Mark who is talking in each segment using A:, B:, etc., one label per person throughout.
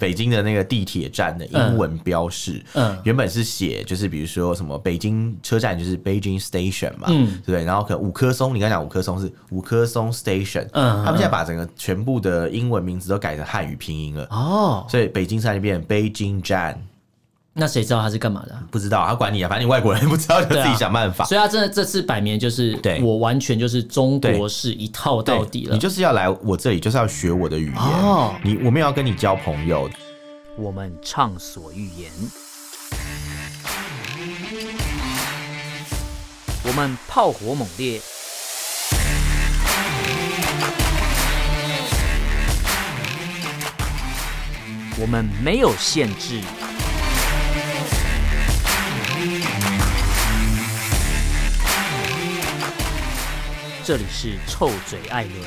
A: 北京的那个地铁站的英文标示，
B: 嗯
A: 原本是写就是比如说什么北京车站就是 Beijing Station 嘛，
B: 嗯
A: 对不对？然后可能五棵松，你刚才讲五棵松是五棵松 Station，
B: 嗯嗯
A: 他们现在把整个全部的英文名字都改成汉语拼音了，
B: 哦，
A: 所以北京站就变北京站，
B: 那谁知道他是干嘛的啊、
A: 不知道他管你啊，反正你外国人不知道就
B: 对啊
A: 自己想办法。
B: 所以他真的这次摆明就是，
A: 对
B: 我完全就是中
A: 对
B: 国式一套
A: 对
B: 到底了。
A: 你就是要来我这里，就是要学我的语言。
B: 哦
A: 你我们要跟你交朋友，
C: 我们畅所欲言；我们炮火猛烈；我们没有限制。这里是臭嘴艾伦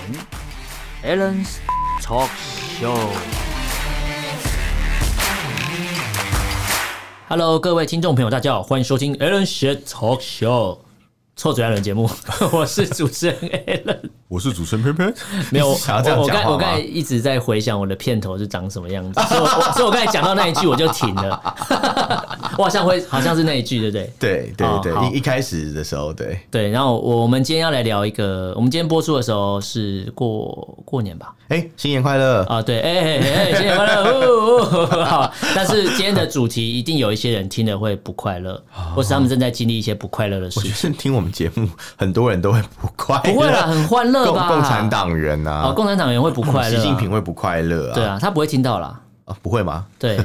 C: a l l e n s Talk Show。
B: Hello，各位听众朋友，大家好，欢迎收听 Alan Shit Talk Show 臭嘴艾伦节目， 我是主持人 Alan。
A: 我是主持人偏偏，
B: 没有，我
A: 想要这样
B: 我
A: 讲
B: 刚我
A: 话
B: 刚才
A: 吗？
B: 一直在回想我的片头是长什么样子，所以我 我所以我刚才讲到那一句我就停了， 我好像会好像是那一句，对不对？
A: 对对
B: 哦
A: 对，
B: 好
A: 一一开始的时候，对
B: 对，然后我我们今天要来聊一个，我们今天播出的时候是过过年吧？
A: 哎、新年快乐！
B: 啊，对，哎哎哎，哎新年快乐！哦哦哦好但是今天的主题一定有一些人听了会不快乐，或是他们正在经历一些不快乐的事
A: 我
B: 情
A: 觉。得听我们节目，很多人都会不快乐，
B: 不会啦，很欢乐
A: 哎共
B: 吧？
A: 共产党人啊，
B: 哦，共产党员会不快乐、
A: 习
B: 啊，
A: 近平会不快乐啊？
B: 对啊，他不会听到啦。
A: 啊，不会吗？
B: 对，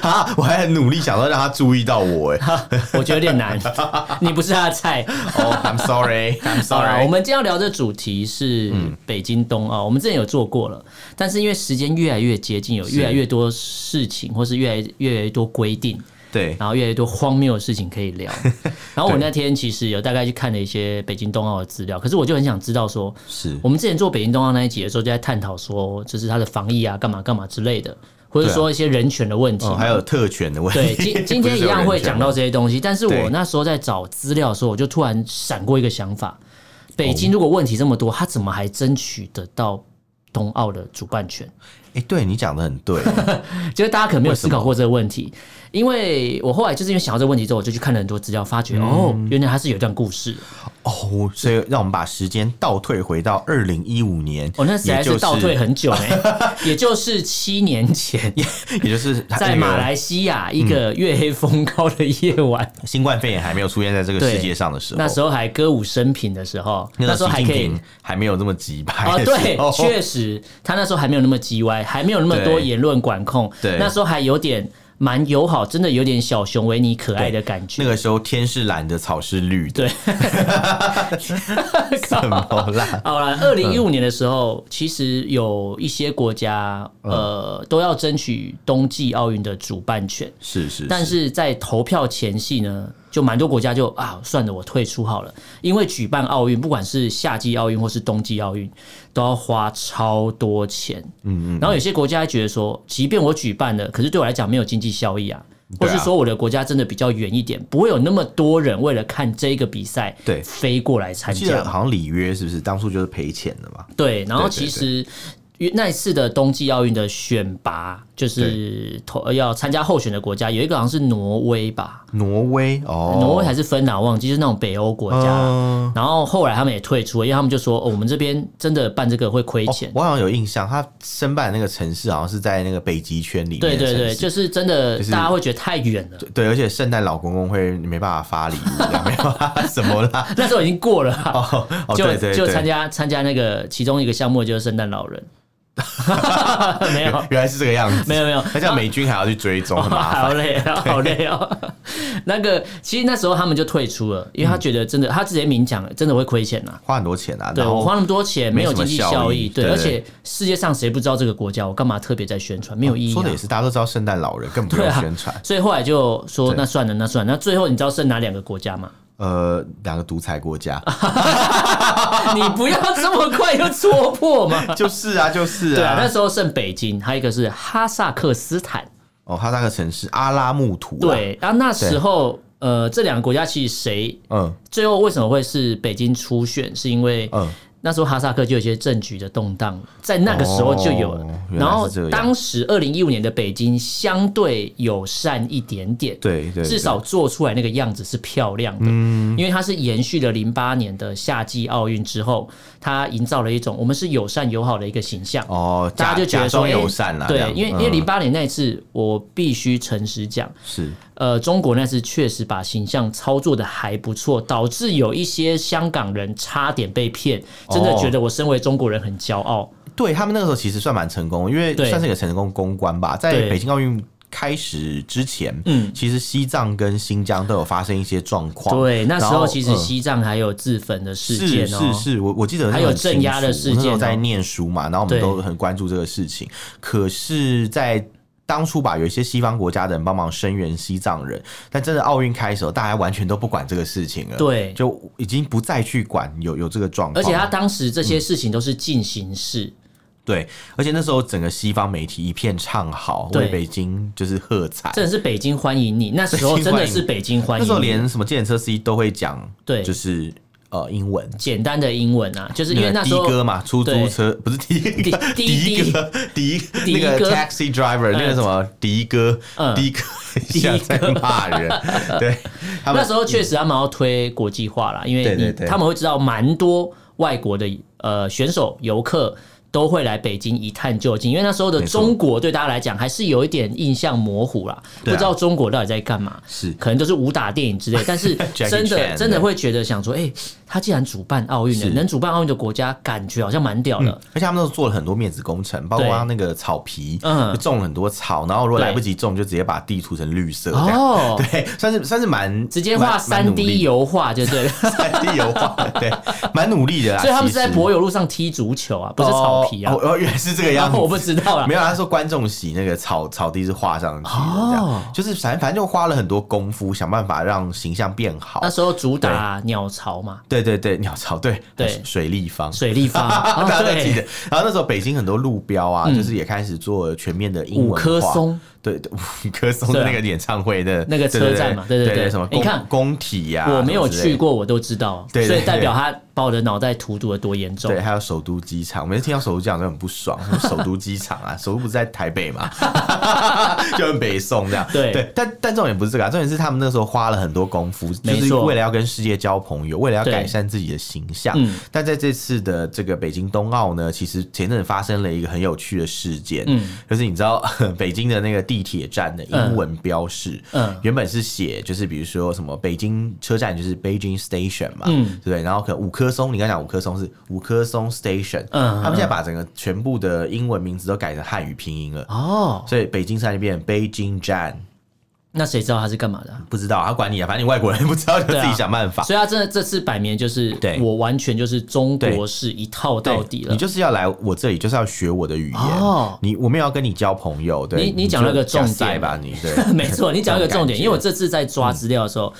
A: 啊，我还很努力想要让他注意到我、 哎，
B: 我觉得有点难， 你不是他的菜。
A: 哦、i m sorry，I'm
B: 好啦，
A: sorry，嗯
B: 我们今天要聊的主题是北京冬哦奥，我们之前有做过了，但是因为时间越来越接近，有越来越多事情，或是越来越来越多规定，
A: 对，
B: 然后越来越多荒谬的事情可以 聊。然后我那天其实有大概去看了一些北京冬奥的资料，可是我就很想知道说，
A: 是
B: 我们之前做北京冬奥那一集的时候，就在探讨说，就是它的防疫啊、干嘛干嘛之类的，或者说一些人权的问题。
A: 啊哦，还有特权的问
B: 对，
A: 题，
B: 今今天
A: 不
B: 一
A: 是有
B: 样会
A: 人权
B: 讲到
A: 吗
B: 这些东西，但是
A: 对
B: 我那时候在找资料的时候，我就突然闪过一个想法：
A: 哦
B: 北京如果问题这么多，他怎么还争取得到冬奥的主办权？
A: 哎、对你讲的很 对，
B: 就是大家可能没有思考过这个问题，因为我后来就是因为想到这个问题之后，我就去看了很多资料，发
A: 嗯
B: 觉、哦，原来它是有一段故事的。
A: 哦，所以让我们把时间倒退回到二零一五年，
B: 哦，那实在
A: 也就是
B: 倒退，很久哎、也就是七年前，
A: 也就是 那
B: 在
A: 个
B: 马来西
A: 哎
B: 亚一个
A: 嗯
B: 月黑风高的夜 晚，
A: 新冠肺炎还没有出现在这个
B: 对
A: 世界上的时候，
B: 那时候还歌舞升平的时候，那时候
A: 习
B: 还
A: 近
B: 可以
A: 平还没有这么急拍
B: 哦，
A: 的
B: 对
A: 时候，，
B: 确实，他那时候还没有那么叽歪，还没有那么多
A: 对
B: 言论管控，
A: 对
B: 那时候还有点蛮友好，真的有点小熊维尼可爱的感
A: 那
B: 觉。
A: 个时候天是蓝的，草是绿的，
B: 对啊
A: 怎么啦？
B: 好了，二零一五年的时
A: 嗯
B: 候，其实有一些国家呃都要争取冬季奥运的主办权，
A: 是是，
B: 但是在投票前夕呢，就蛮多国家就啊，算了，我退出好了，因为举办奥运，不管是夏季奥运或是冬季奥运，都要花超多钱。嗯嗯。然后有些国家还觉得说，即便我举办了，可是对我来讲没有经济效益啊。或
A: 对啊
B: 是说我的国家真的比较远一点，不会有那么多人为了看这个比赛，
A: 对
B: 飞过来参
A: 记得
B: 加。
A: 好像里约是不是当初就是赔钱的嘛？
B: 对，然后
A: 对对
B: 其实那一次的冬季奥运的选拔，就是投要参加候选的国家，有一个好像是挪威吧，
A: 挪威哦，
B: 挪威还是芬兰，我忘记就是那种北欧国家啦。
A: 嗯
B: 然后后来他们也退出了，因为他们就说、哦我们这边真的办这个会亏
A: 哦
B: 钱。
A: 我好像有印象，他申办的那个城市好像是在那个北极圈里面的
B: 对
A: 城市，
B: 对对，就是真的，
A: 就是
B: 大家会觉得太远了。
A: 对，而且圣诞老公公会没办法发礼物，这样 没办法，怎么啦？
B: 那时候已经过了啊、
A: 哦，哦
B: 就
A: 对对
B: 就
A: 对
B: 参加参加那个其中一个项目就是圣诞 老人，没有
A: 原原来是这个样子，
B: 没有没哦有
A: 那像美军还要去追踪，很麻烦。
B: 好累啊，好累哦。那个其实那时候他们就退出了，
A: 嗯
B: 因为他觉得真的，他直接明讲了，真的会亏钱呐、
A: 花很多钱啊，
B: 对
A: 然后
B: 我花那么多钱，没
A: 没
B: 有
A: 什么
B: 经济
A: 效
B: 效
A: 益
B: 益，对，
A: 对
B: 而且世界上谁不知道这个国家？我干嘛特别在宣传？没有意义、啊。
A: 哦说的也是，大家都知道圣诞老人，更不
B: 对
A: 用
B: 啊
A: 宣传。
B: 所以后来就说
A: 对
B: 那算了，那算了。那最后你知道剩哪两个国家吗？
A: 呃，两个独裁国家，
B: 你不要这么快就戳破 嘛！
A: 就是啊，就是
B: 对啊，那
A: 啊。
B: 时候剩北京，还有一个是哈萨克斯坦。
A: 哦，他那个城市阿拉木图，，啊
B: 对，然后那时候呃，这两个国家其实谁
A: 嗯
B: 最后为什么会是北京初选？是因为
A: 嗯，
B: 那时候哈萨克就有一些政局的动荡，在那个时候就有了。
A: 哦原来
B: 然后
A: 是这样
B: 当时二零一五年的北京相对友善一点点，
A: 对对嗯
B: 至少做出来那个样子是漂亮的，因为它是延续了零八年的夏季奥运之后，它营造了一种我们是友善友好的一个形象。
A: 哦，
B: 大家就
A: 假
B: 觉
A: 假
B: 得说
A: 装
B: 哎
A: 友善啦，这
B: 对
A: 样，
B: 因为因为
A: 嗯
B: 零八年那一次，我必须诚实讲，
A: 是
B: 呃，中国那次确实把形象操作的还不错，导致有一些香港人差点被骗，真的
A: 哦
B: 觉得我身为中国人很骄傲。
A: 对他们那个时候其实算蛮成功，因为
B: 对
A: 算是一个成功公关吧，在
B: 对
A: 北京奥运。开始之前，
B: 嗯
A: 嗯，其实西藏跟新疆都有发生一些状况。
B: 对，那时
A: 然
B: 候
A: 后
B: 其实
A: 嗯
B: 西藏还有自焚的事
A: 是
B: 件哦、
A: 是是，我我记得那个
B: 还有
A: 很清
B: 镇压的
A: 楚
B: 事
A: 我那时候
B: 件哦
A: 在念书嘛，然后我
B: 对
A: 们都很关注这个事情。可是，在当初吧，有一些西方国家的人帮忙声援西藏人，但真的奥运开始后，大家完全都不管这个事情了，
B: 对
A: 就已经不再去管有有这个状
B: 而
A: 况。
B: 且他当时这
A: 嗯
B: 些事情都是进行式，
A: 对，而且那时候整个西方媒体一片唱好，
B: 对
A: 为北京就是喝彩。
B: 真的是北京欢迎你。那时候真的是北京欢
A: 那时
B: 迎
A: 候
B: 你，
A: 连什么计程车司机都会讲，
B: 对
A: 就是呃英文。
B: 简单的英文啊，就是因为
A: 个
B: 那时候
A: 的哥嘛，出租
B: 对
A: 车不是的哥，
B: 的的
A: 的哥，的
B: 的
A: 那个
B: 哥
A: taxi driver 那个什么的哥
B: 嗯，
A: 的哥一下在骂人，对他
B: 那
A: 们
B: 时候确实他们要推国际化啦，因为
A: 对
B: 你
A: 对对
B: 他们会知道蛮多外国的呃选手游客。都会来北京一探究竟，因为那时候的
A: 没错
B: 中国对大家来讲还是有一点印象模糊啦，不
A: 对啊
B: 知道中国到底在干嘛，
A: 是
B: 可能都是武打电影之类， 但是
A: Jackie
B: 真的
A: Chan，
B: 真的
A: 对
B: 会觉得想说，哎、他既然主办奥运了，
A: 是嗯
B: 能主办奥运的国家，感觉好像蛮屌的，
A: 而且他们都做了很多面子工程，包括他那个草皮，
B: 嗯
A: 就种了很多草，然后如果
B: 对
A: 来不及种，就直接把地涂成绿色，这样
B: 哦，
A: 对，算是算是蛮
B: 直接画
A: 蛮蛮
B: 三
A: 努
B: D
A: 力
B: 油画 就对了，
A: 三 D 油画，对，蛮努力的啦。
B: 所以他们是在
A: 其实
B: 柏油路上踢足球啊，不是草皮啊
A: 哦，，哦哦原来是这个样子
B: 我。不知道 啦
A: 没。有，他说观众席那个草草地是画上去的，这样、
B: 哦
A: 就是反正反正就花了很多功夫，想办法让形象变好
B: 那。时候主打鸟巢嘛，
A: 对对对，鸟巢对
B: 对
A: 水立方。
B: 水立方，哦
A: 大家都记得
B: 对，，嗯
A: 然后那时候北京很多路标啊，就是也开始做全面的英文
B: 五棵
A: 化，
B: 松
A: 对，对五棵松
B: 对
A: 的
B: 啊
A: 那个演唱会的
B: 那个车站嘛
A: 对
B: 对对
A: 对
B: 对
A: 什么
B: 你
A: 工
B: 看
A: 工体呀，
B: 我没有
A: 什么之类
B: 去
A: 的，
B: 过，我都知道，所
A: 对对
B: 以代
A: 对
B: 表他把我的脑袋荼毒的多严重
A: 对，。还有首都机场，每次听到首都机场就很不爽，什么首都机场啊， 首都不是在台北嘛， 就很北宋这样。
B: 对
A: 对，但但重点不是这个、啊，重点是他们那时候花了很多功夫，就
B: 没
A: 是
B: 错
A: 为了要跟世界交朋友，为了要
B: 对
A: 改善自己的形象
B: 嗯。
A: 但在这次的这个北京冬奥呢，其实前阵子发生了一个很有趣的事件，
B: 嗯
A: 就是你知道 北京的那个地铁站的英文标示，
B: 嗯
A: 原本是写就是比如说什么北京车站就是 Beijing Station 嘛，
B: 嗯
A: 对不对？然后可能五棵松，你刚讲五棵松是五棵松 Station，
B: 嗯
A: 他们现在把整个全部的英文名字都改成汉语拼音了，
B: 哦，
A: 所以北京站就变成 Beijing 站，
B: 那谁知道他是干嘛的啊？
A: 不知道他管你啊，反正你外国人不知道就
B: 对啊
A: 自己想办法。
B: 所以他真的这次摆明就是
A: 对，
B: 我完全就是中国
A: 对
B: 式一套
A: 对
B: 到底了
A: 你。就是要来我这里，就是要学我的语言。
B: 哦
A: 你我们要跟你交朋友，对
B: 你你讲了个重点，
A: 就讲塞吧，你对
B: 没错，你讲一个重
A: 这种感
B: 点，
A: 觉嗯
B: 因为我这次在抓资料的时候，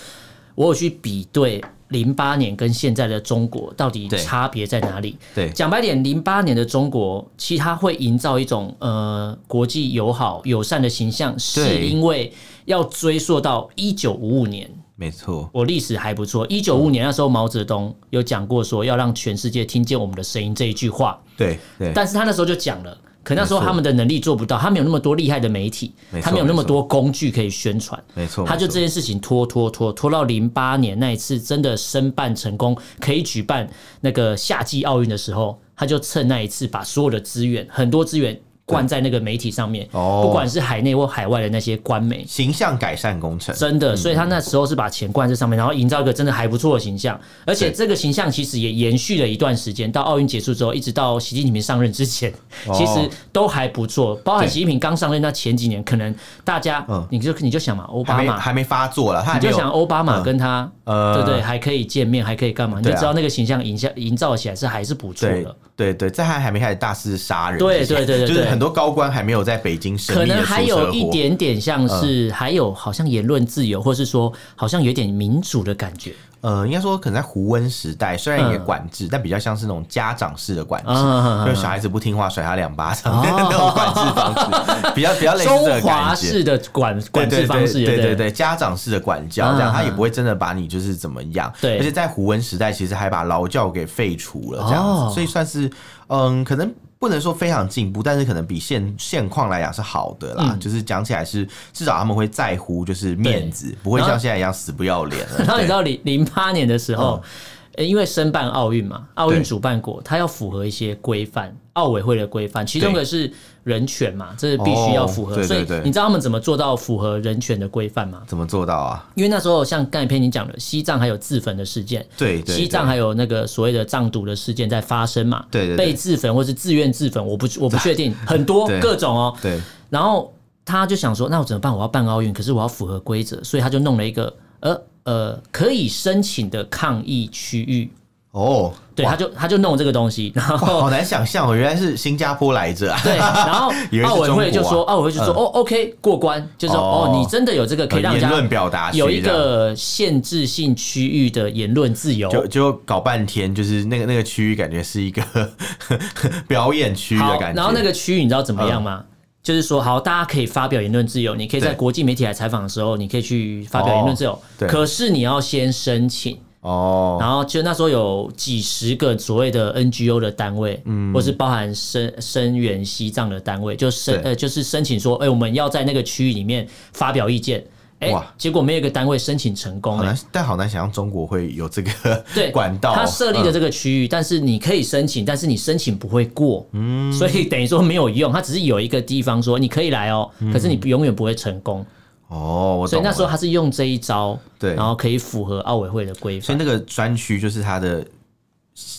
B: 我有去比对零八年跟现在的中国到底
A: 对
B: 差别在哪里。
A: 对
B: 讲白点，零八年的中国，其实它会营造一种呃国际友好友善的形象，是
A: 对
B: 因为要追溯到一九五五年。
A: 没错，
B: 我历史还不错，一九五年那时候毛泽东有讲过说要让全世界听见我们的声音这一句话，
A: 对对。
B: 但是他那时候就讲了，可那时候
A: 没错
B: 他们的能力做不到，他没有那么多厉害的媒体
A: 没，错
B: 他没有那么多工具可以宣传，
A: 没错
B: 他
A: 没
B: 就
A: 错
B: 这件事情拖拖拖拖到零八年那一次真的申办成功，可以举办那个夏季奥运的时候，他就趁那一次把所有的资源，很多资源。灌在那个媒体上面，
A: 哦
B: 不管是海内或海外的那些官媒，
A: 形象改善工程，
B: 真的，所以他那时候是把钱灌在上面，然后营造一个真的还不错的形象，而且
A: 对
B: 这个形象其实也延续了一段时间，到奥运结束之后，一直到习近平上任之前，其实都还不错。包含
A: 哦对
B: 习近平刚上任那前几年，可能大家
A: 嗯
B: 你就你就想嘛，奥巴
A: 还没
B: 马，
A: 还没发作了，他还
B: 你
A: 没
B: 就
A: 有
B: 想奥巴马
A: 嗯
B: 跟他，
A: 呃
B: 对不对，还可以见面，还可以干嘛，你就
A: 对啊
B: 知道那个形象营下营造起来是还是不错
A: 对
B: 的。，
A: 对对，在他还没开始大肆杀人之
B: 对
A: 前，
B: 对对对
A: 就是
B: 对
A: 很多高官还没有在北京神
B: 可
A: 秘
B: 能
A: 的
B: 还
A: 出
B: 有
A: 车
B: 一
A: 祸。
B: 点点像
A: 嗯
B: 是，还有好像言论自由，或是说好像有点民主的感觉。
A: 呃，应该说可能在胡温时代，虽然也
B: 嗯
A: 管制，但比较像是那种家长式的管制，
B: 嗯哦
A: 就是小孩子不听话甩他两巴掌那种管制方式，比较比较类似这
B: 中
A: 个
B: 华
A: 感觉。
B: 式的管管制方式，
A: 对对对
B: 对嗯
A: 对，家长式的管教，这样他也不会真的把你就是怎么样。
B: 对
A: 而且在胡温时代，其实还把劳教给废除了，这样子，
B: 哦
A: 所以算是嗯，可能。不能说非常进步，但是可能比现现况来讲是好的
B: 嗯
A: 啦。就是讲起来是至少他们会在乎就是面子，不会
B: 然后
A: 像现在一样死不要脸了。
B: 然后你
A: 对
B: 知道零零八年的时候，呃因为申办奥运嘛，奥运
A: 嗯对
B: 主办国它要符合一些规范，奥委会的规范，其中一个是人权嘛，这是必须要符合。
A: 哦对
B: 所以
A: 对对
B: 你知道他们怎么做到符合人权的规范吗？
A: 怎么做到啊？
B: 因为那时候像刚才偏你讲的，西藏还有自焚的事件，
A: 对对对
B: 西藏还有那个所谓的藏独的事件在发生嘛，
A: 对对对
B: 被自焚或是自愿自焚，我不我不确 定，很多
A: 对
B: 各种哦。
A: 对，
B: 然后他就想说，那我怎么办？我要办奥运，可是我要符合规则，所以他就弄了一个呃呃可以申请的抗议区域。
A: 哦，
B: 对，他就他就弄这个东西，然
A: 哇，
B: 后
A: 好难想象哦，原来是新加坡来着啊。
B: 对，然后
A: 以为是
B: 奥委会就
A: 中
B: 说，
A: 国啊
B: 奥委会就说，哦，OK，过关，就说
A: 哦
B: 哦，你真的有这个可以让人
A: 呃言
B: 家
A: 论表达区
B: 有一
A: 这样
B: 个限制性区域的言论自由，
A: 就就搞半天，就是那个那个区域感觉是一个 表演区
B: 好，
A: 的感觉。嗯
B: 然后那个区域你知道怎么样吗？就是说，好，大家可以发表言论自由，你可以在
A: 对哦
B: 国际媒体来采访的时候，你可以去发表言论自由。
A: 对
B: 可是你要先申请，
A: 哦，
B: 然后就那时候有几十个所谓的 NGO 的单位，嗯，或是包含声声援西藏的单位，就申
A: 对
B: 呃就是申请说，哎、我们要在那个区域里面发表意见。哎、
A: 哇
B: 结果没有一个单位申请成功、
A: 好
B: 哎
A: 难，但好难想象中国会有这个
B: 对
A: 管道。嗯
B: 它设立的这个区域，但是你可以申请，但是你申请不会过，嗯，所以等于说没有用。它只是有一个地方说你可以来哦，可是你永远不会成功。
A: 哦，我
B: 所
A: 嗯懂
B: 以
A: 了。
B: 那时候它是用这一招，
A: 对
B: 然后可以符合奥委会的规
A: 所以
B: 范，
A: 那个专区就是它的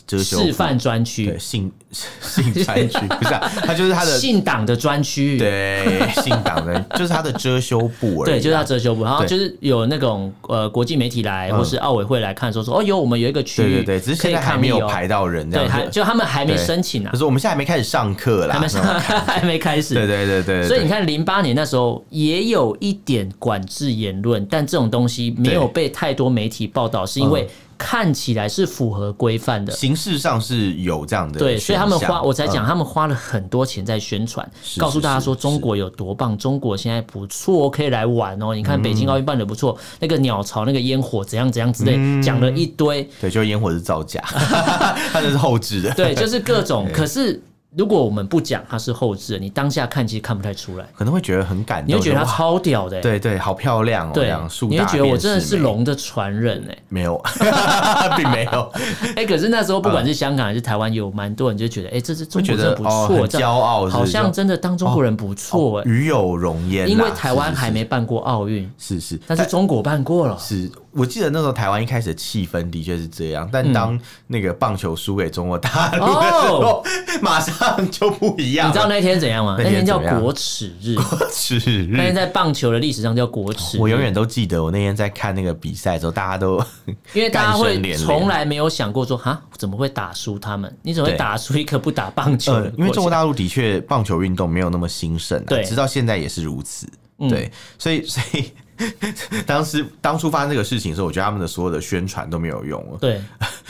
A: 遮羞
B: 示范专
A: 对
B: 区，
A: 性 性专区，不是 啊，它就是它的
B: 信党的专区域。
A: 对性党 的，就是它的遮羞布而已。
B: 对，就是它遮羞布，然后
A: 对
B: 就是有那种呃国际媒体来或是奥委会来看，说说哦有我们有一个区
A: 对
B: 域，
A: 对对，只是现在还没有，排到人这
B: 哦对，还
A: 样子。
B: 就他们还没
A: 对
B: 申请啊
A: 可，是我们现在还没开始上课啦，
B: 还没
A: 那种
B: 还没开始，
A: 对对对对，对
B: 所以你看，零八年那时候也有一点管制言论，但这种东西没有被太多媒体报道，是因为看起来是符合规范的。
A: 形式上嗯是有这样的
B: 对，
A: 选项，
B: 所以他们花，我才
A: 嗯
B: 讲，他们花了很多钱在宣传，
A: 是
B: 告诉大家说
A: 是是
B: 中国有多棒，中国现在不错，可以来玩哦。你看北京奥运办的不错，那个鸟巢、那个烟火怎样怎样之类，
A: 嗯
B: 讲了一堆。
A: 对，就烟火是造 假，它那是后置的。
B: 对，就是各 种。可是如果我们不讲它是后置的，你当下看其实看不太出来，
A: 可能会觉得很感动，
B: 你会觉得它
A: 哇
B: 超屌的欸、
A: 对对，好漂亮哦，这
B: 对啊
A: 样，树
B: 你
A: 大
B: 会觉得我
A: 便
B: 真的是
A: 美，
B: 龙的传人哎、
A: 没有， 并没有，
B: 欸、 哎、可是那时候不管是香港还是台湾，有蛮多人就觉得，哎、这是中
A: 觉
B: 国真
A: 得
B: 的不
A: 哦
B: 错，
A: 很
B: 这
A: 骄
B: 样
A: 傲，
B: 好像
A: 真
B: 真的当中国人不错哎、
A: 与有容焉啦，
B: 因为台湾
A: 是
B: 还没办过奥运，
A: 是是，
B: 但是中国办过了。
A: 是我记得那时候台湾一开始的气氛的确是这样，
B: 嗯
A: 但当那个棒球输给中国大陆的时候， 马上就不一样了，
B: 哦 你知道那天怎样吗？
A: 那
B: 那
A: 天
B: 天叫
A: 怎么样
B: 国耻日，
A: 是
B: 那天在棒球的历史上叫国耻日。
A: 我永远都记得，我那天在看那个比赛的时候，大家都
B: 因为大家
A: 干
B: 会
A: 声连连
B: 从来没有想过说，哈，怎么会打输他们？你怎么会
A: 对
B: 打输一个不打棒球的
A: 呃
B: 国家？，
A: 因为中国大陆的确棒球运动没有那么兴盛、啊，
B: 对嗯
A: 直到现在也是如此。对，所以 所以当时当初发生这个事情的时候，我觉得他们的所有的宣传都没有用了，
B: 对，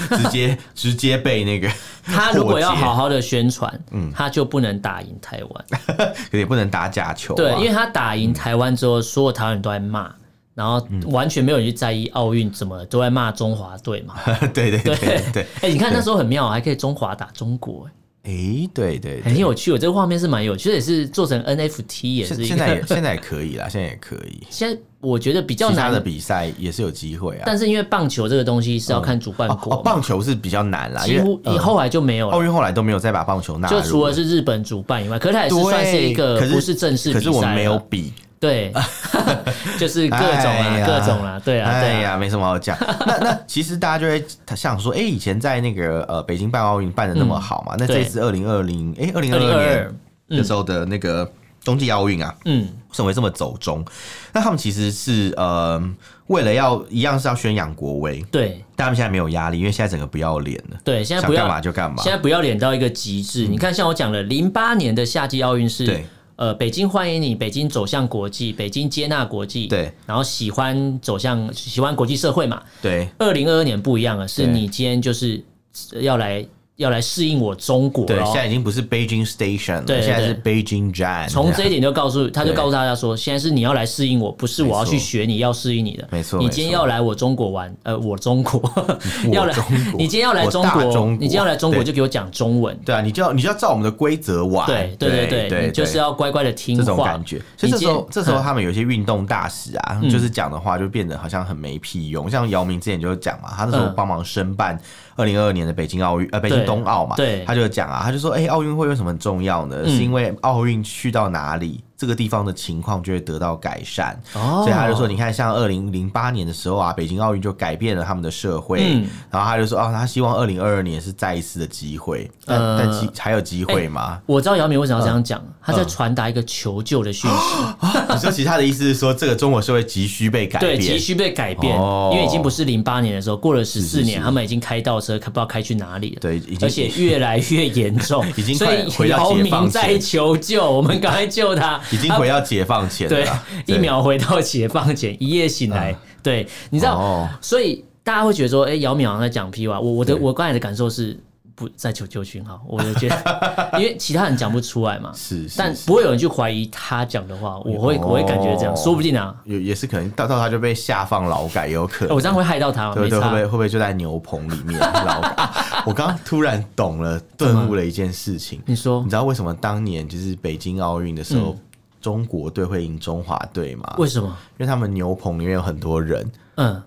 A: 直接直接被那个
B: 他如果要
A: 破解嗯
B: 好好的宣传，他就不能打赢台湾。
A: 也不能打假球、啊，
B: 对，因为他打赢台湾之后，所有台湾人都在骂，然后
A: 嗯
B: 完全没有人去在意奥运怎么都在骂中华队嘛。
A: 对对对 对对，
B: 哎、你看那时候很妙，还可以中华打中国、
A: 哎、对对
B: 哎很
A: 对。
B: 有趣。我这个画面是蛮有趣的，也是做成 NFT，也
A: 现
B: 是一
A: 现在
B: 个
A: 也。现在也可以啦，现在也可以。
B: 现在我觉得比较
A: 其他
B: 难
A: 的，比赛也是有机会啊。
B: 但是因为棒球这个东西是要看主办
A: 哦
B: 国
A: 哦，
B: 嘛，
A: 棒球是比较难啦，
B: 几
A: 因
B: 乎
A: 为
B: 以后来就没有
A: 呃
B: 了。
A: 奥运后来都没有再把棒球纳入
B: 就
A: 了，
B: 除了是日本主办以外，可是它也是
A: 对
B: 算是一个
A: 可
B: 不是正式比
A: 可
B: 赛
A: 是我们没有
B: 了
A: 比，
B: 对， 就是 各种
A: 哎
B: 啦，
A: 呀
B: 各种啦，对啊，
A: 哎
B: 对啊，
A: 呀，没什么好讲。 那那其实大家就会想说，哎、以前在那个呃北京办奥运办的那么好嘛，那这
B: 嗯对
A: 一次二零二零，哎，二零二
B: 二嗯零
A: 二
B: 二二
A: 年，那时候的那个冬季奥运啊，
B: 嗯，
A: 为什么会这么走中？那他们其实是呃，为了要一样是要宣扬国威，
B: 对
A: 但他们现在没有压力，因为现在整个不要脸了，
B: 对，现在
A: 想
B: 不要
A: 干嘛就干嘛嗯
B: 现。在不要脸到一个极致。你看，像我讲了，零八年的夏季奥运是
A: 对。
B: 呃，北京欢迎你，北京走向国际，北京接纳国际，
A: 对，
B: 然后喜欢走向喜欢国际社会嘛。
A: 对
B: 二零二二年不一样了，是
A: 对
B: 你今天就是要来要来适应我中国
A: 对，
B: 咯
A: 现在已经不是 Beijing Station 了，
B: 对对
A: 现在是 Beijing Jan。
B: 从这一点就告诉，他就
A: 对
B: 告诉大家说，现在是你要来适应我，不是我要去
A: 没错
B: 学你要适应你的。
A: 没错
B: 你今天
A: 没错
B: 要来我中国玩，呃，我 中国 要来
A: 中国，
B: 你今天要来
A: 我
B: 中
A: 大
B: 国，
A: 中
B: 你今天要
A: 国
B: 来中国
A: 对
B: 就给我讲中文。
A: 对啊，你就要你就要照我们的规则玩。
B: 对对对对，
A: 对
B: 你就是要乖乖的听
A: 这种
B: 话
A: 感。觉。所以这时
B: 你嗯
A: 候
B: 见，
A: 这时候他们有些运动大使啊，
B: 嗯
A: 就是讲的话就变得好像很没屁用。像姚明之前就讲嘛，他那时候
B: 嗯
A: 帮忙申办二零二二年的北京奥运呃北京
B: 对
A: 冬奥嘛，
B: 对嗯
A: 他就讲啊，他就说，哎，奥运会为什么很重要呢？是因为奥运去到哪里，这个地方的情况就会得到改善。
B: 哦
A: 所以他就说，你看，像二零零八年的时候啊，北京奥运就改变了他们的社会，
B: 嗯
A: 然后他就说，啊，他希望二零二二年是再一次的机会，但、
B: 呃
A: 但其还有机会吗？
B: 我知道姚明为什么要这样讲，
A: 嗯
B: 他在传达一个求救的讯
A: 哦
B: 息，
A: 你说其他的意思是说，这个中国社会急需被改
B: 对，
A: 变，
B: 急需被改变，
A: 哦
B: 因为已经不是零八年的时候，过了十四
A: 是
B: 年，
A: 是
B: 他们已经开倒车，不知道开去哪里了，
A: 对已经
B: 而且越来越严重，
A: 已经
B: 所
A: 快
B: 以
A: 回到
B: 姚
A: 解放
B: 明在
A: 前
B: 求救，我们赶快救他，
A: 已经
B: 他
A: 回到解放前了
B: 对
A: 啦。，
B: 一秒回到解放前，一夜醒
A: 嗯
B: 来。对，你知道，
A: 哦
B: 所以大家会觉得说，哎、姚淼好像在讲屁话。我我的
A: 对
B: 我刚才的感受是不在求救讯号，我就觉得， 因为其他人讲不出来嘛，
A: 是是
B: 但
A: 是
B: 不会有人去怀疑他讲的话，我会、
A: 哦
B: 我会感觉这样，说不定啊，
A: 也也是可能到到他就被下放劳改，也有可
B: 哎
A: 能。
B: 我这样会害到他吗？
A: 对
B: 没
A: 对，会
B: 差
A: 不。会会不会就在牛棚里面劳改？ 啊我刚刚突然懂了，顿悟了一件事情。
B: 你说
A: 你知道为什么当年就是北京奥运的时
B: 嗯
A: 候，中国队会赢中华队吗？
B: 为
A: 因
B: 什么？
A: 为他们牛棚里面有很多人，
B: 嗯，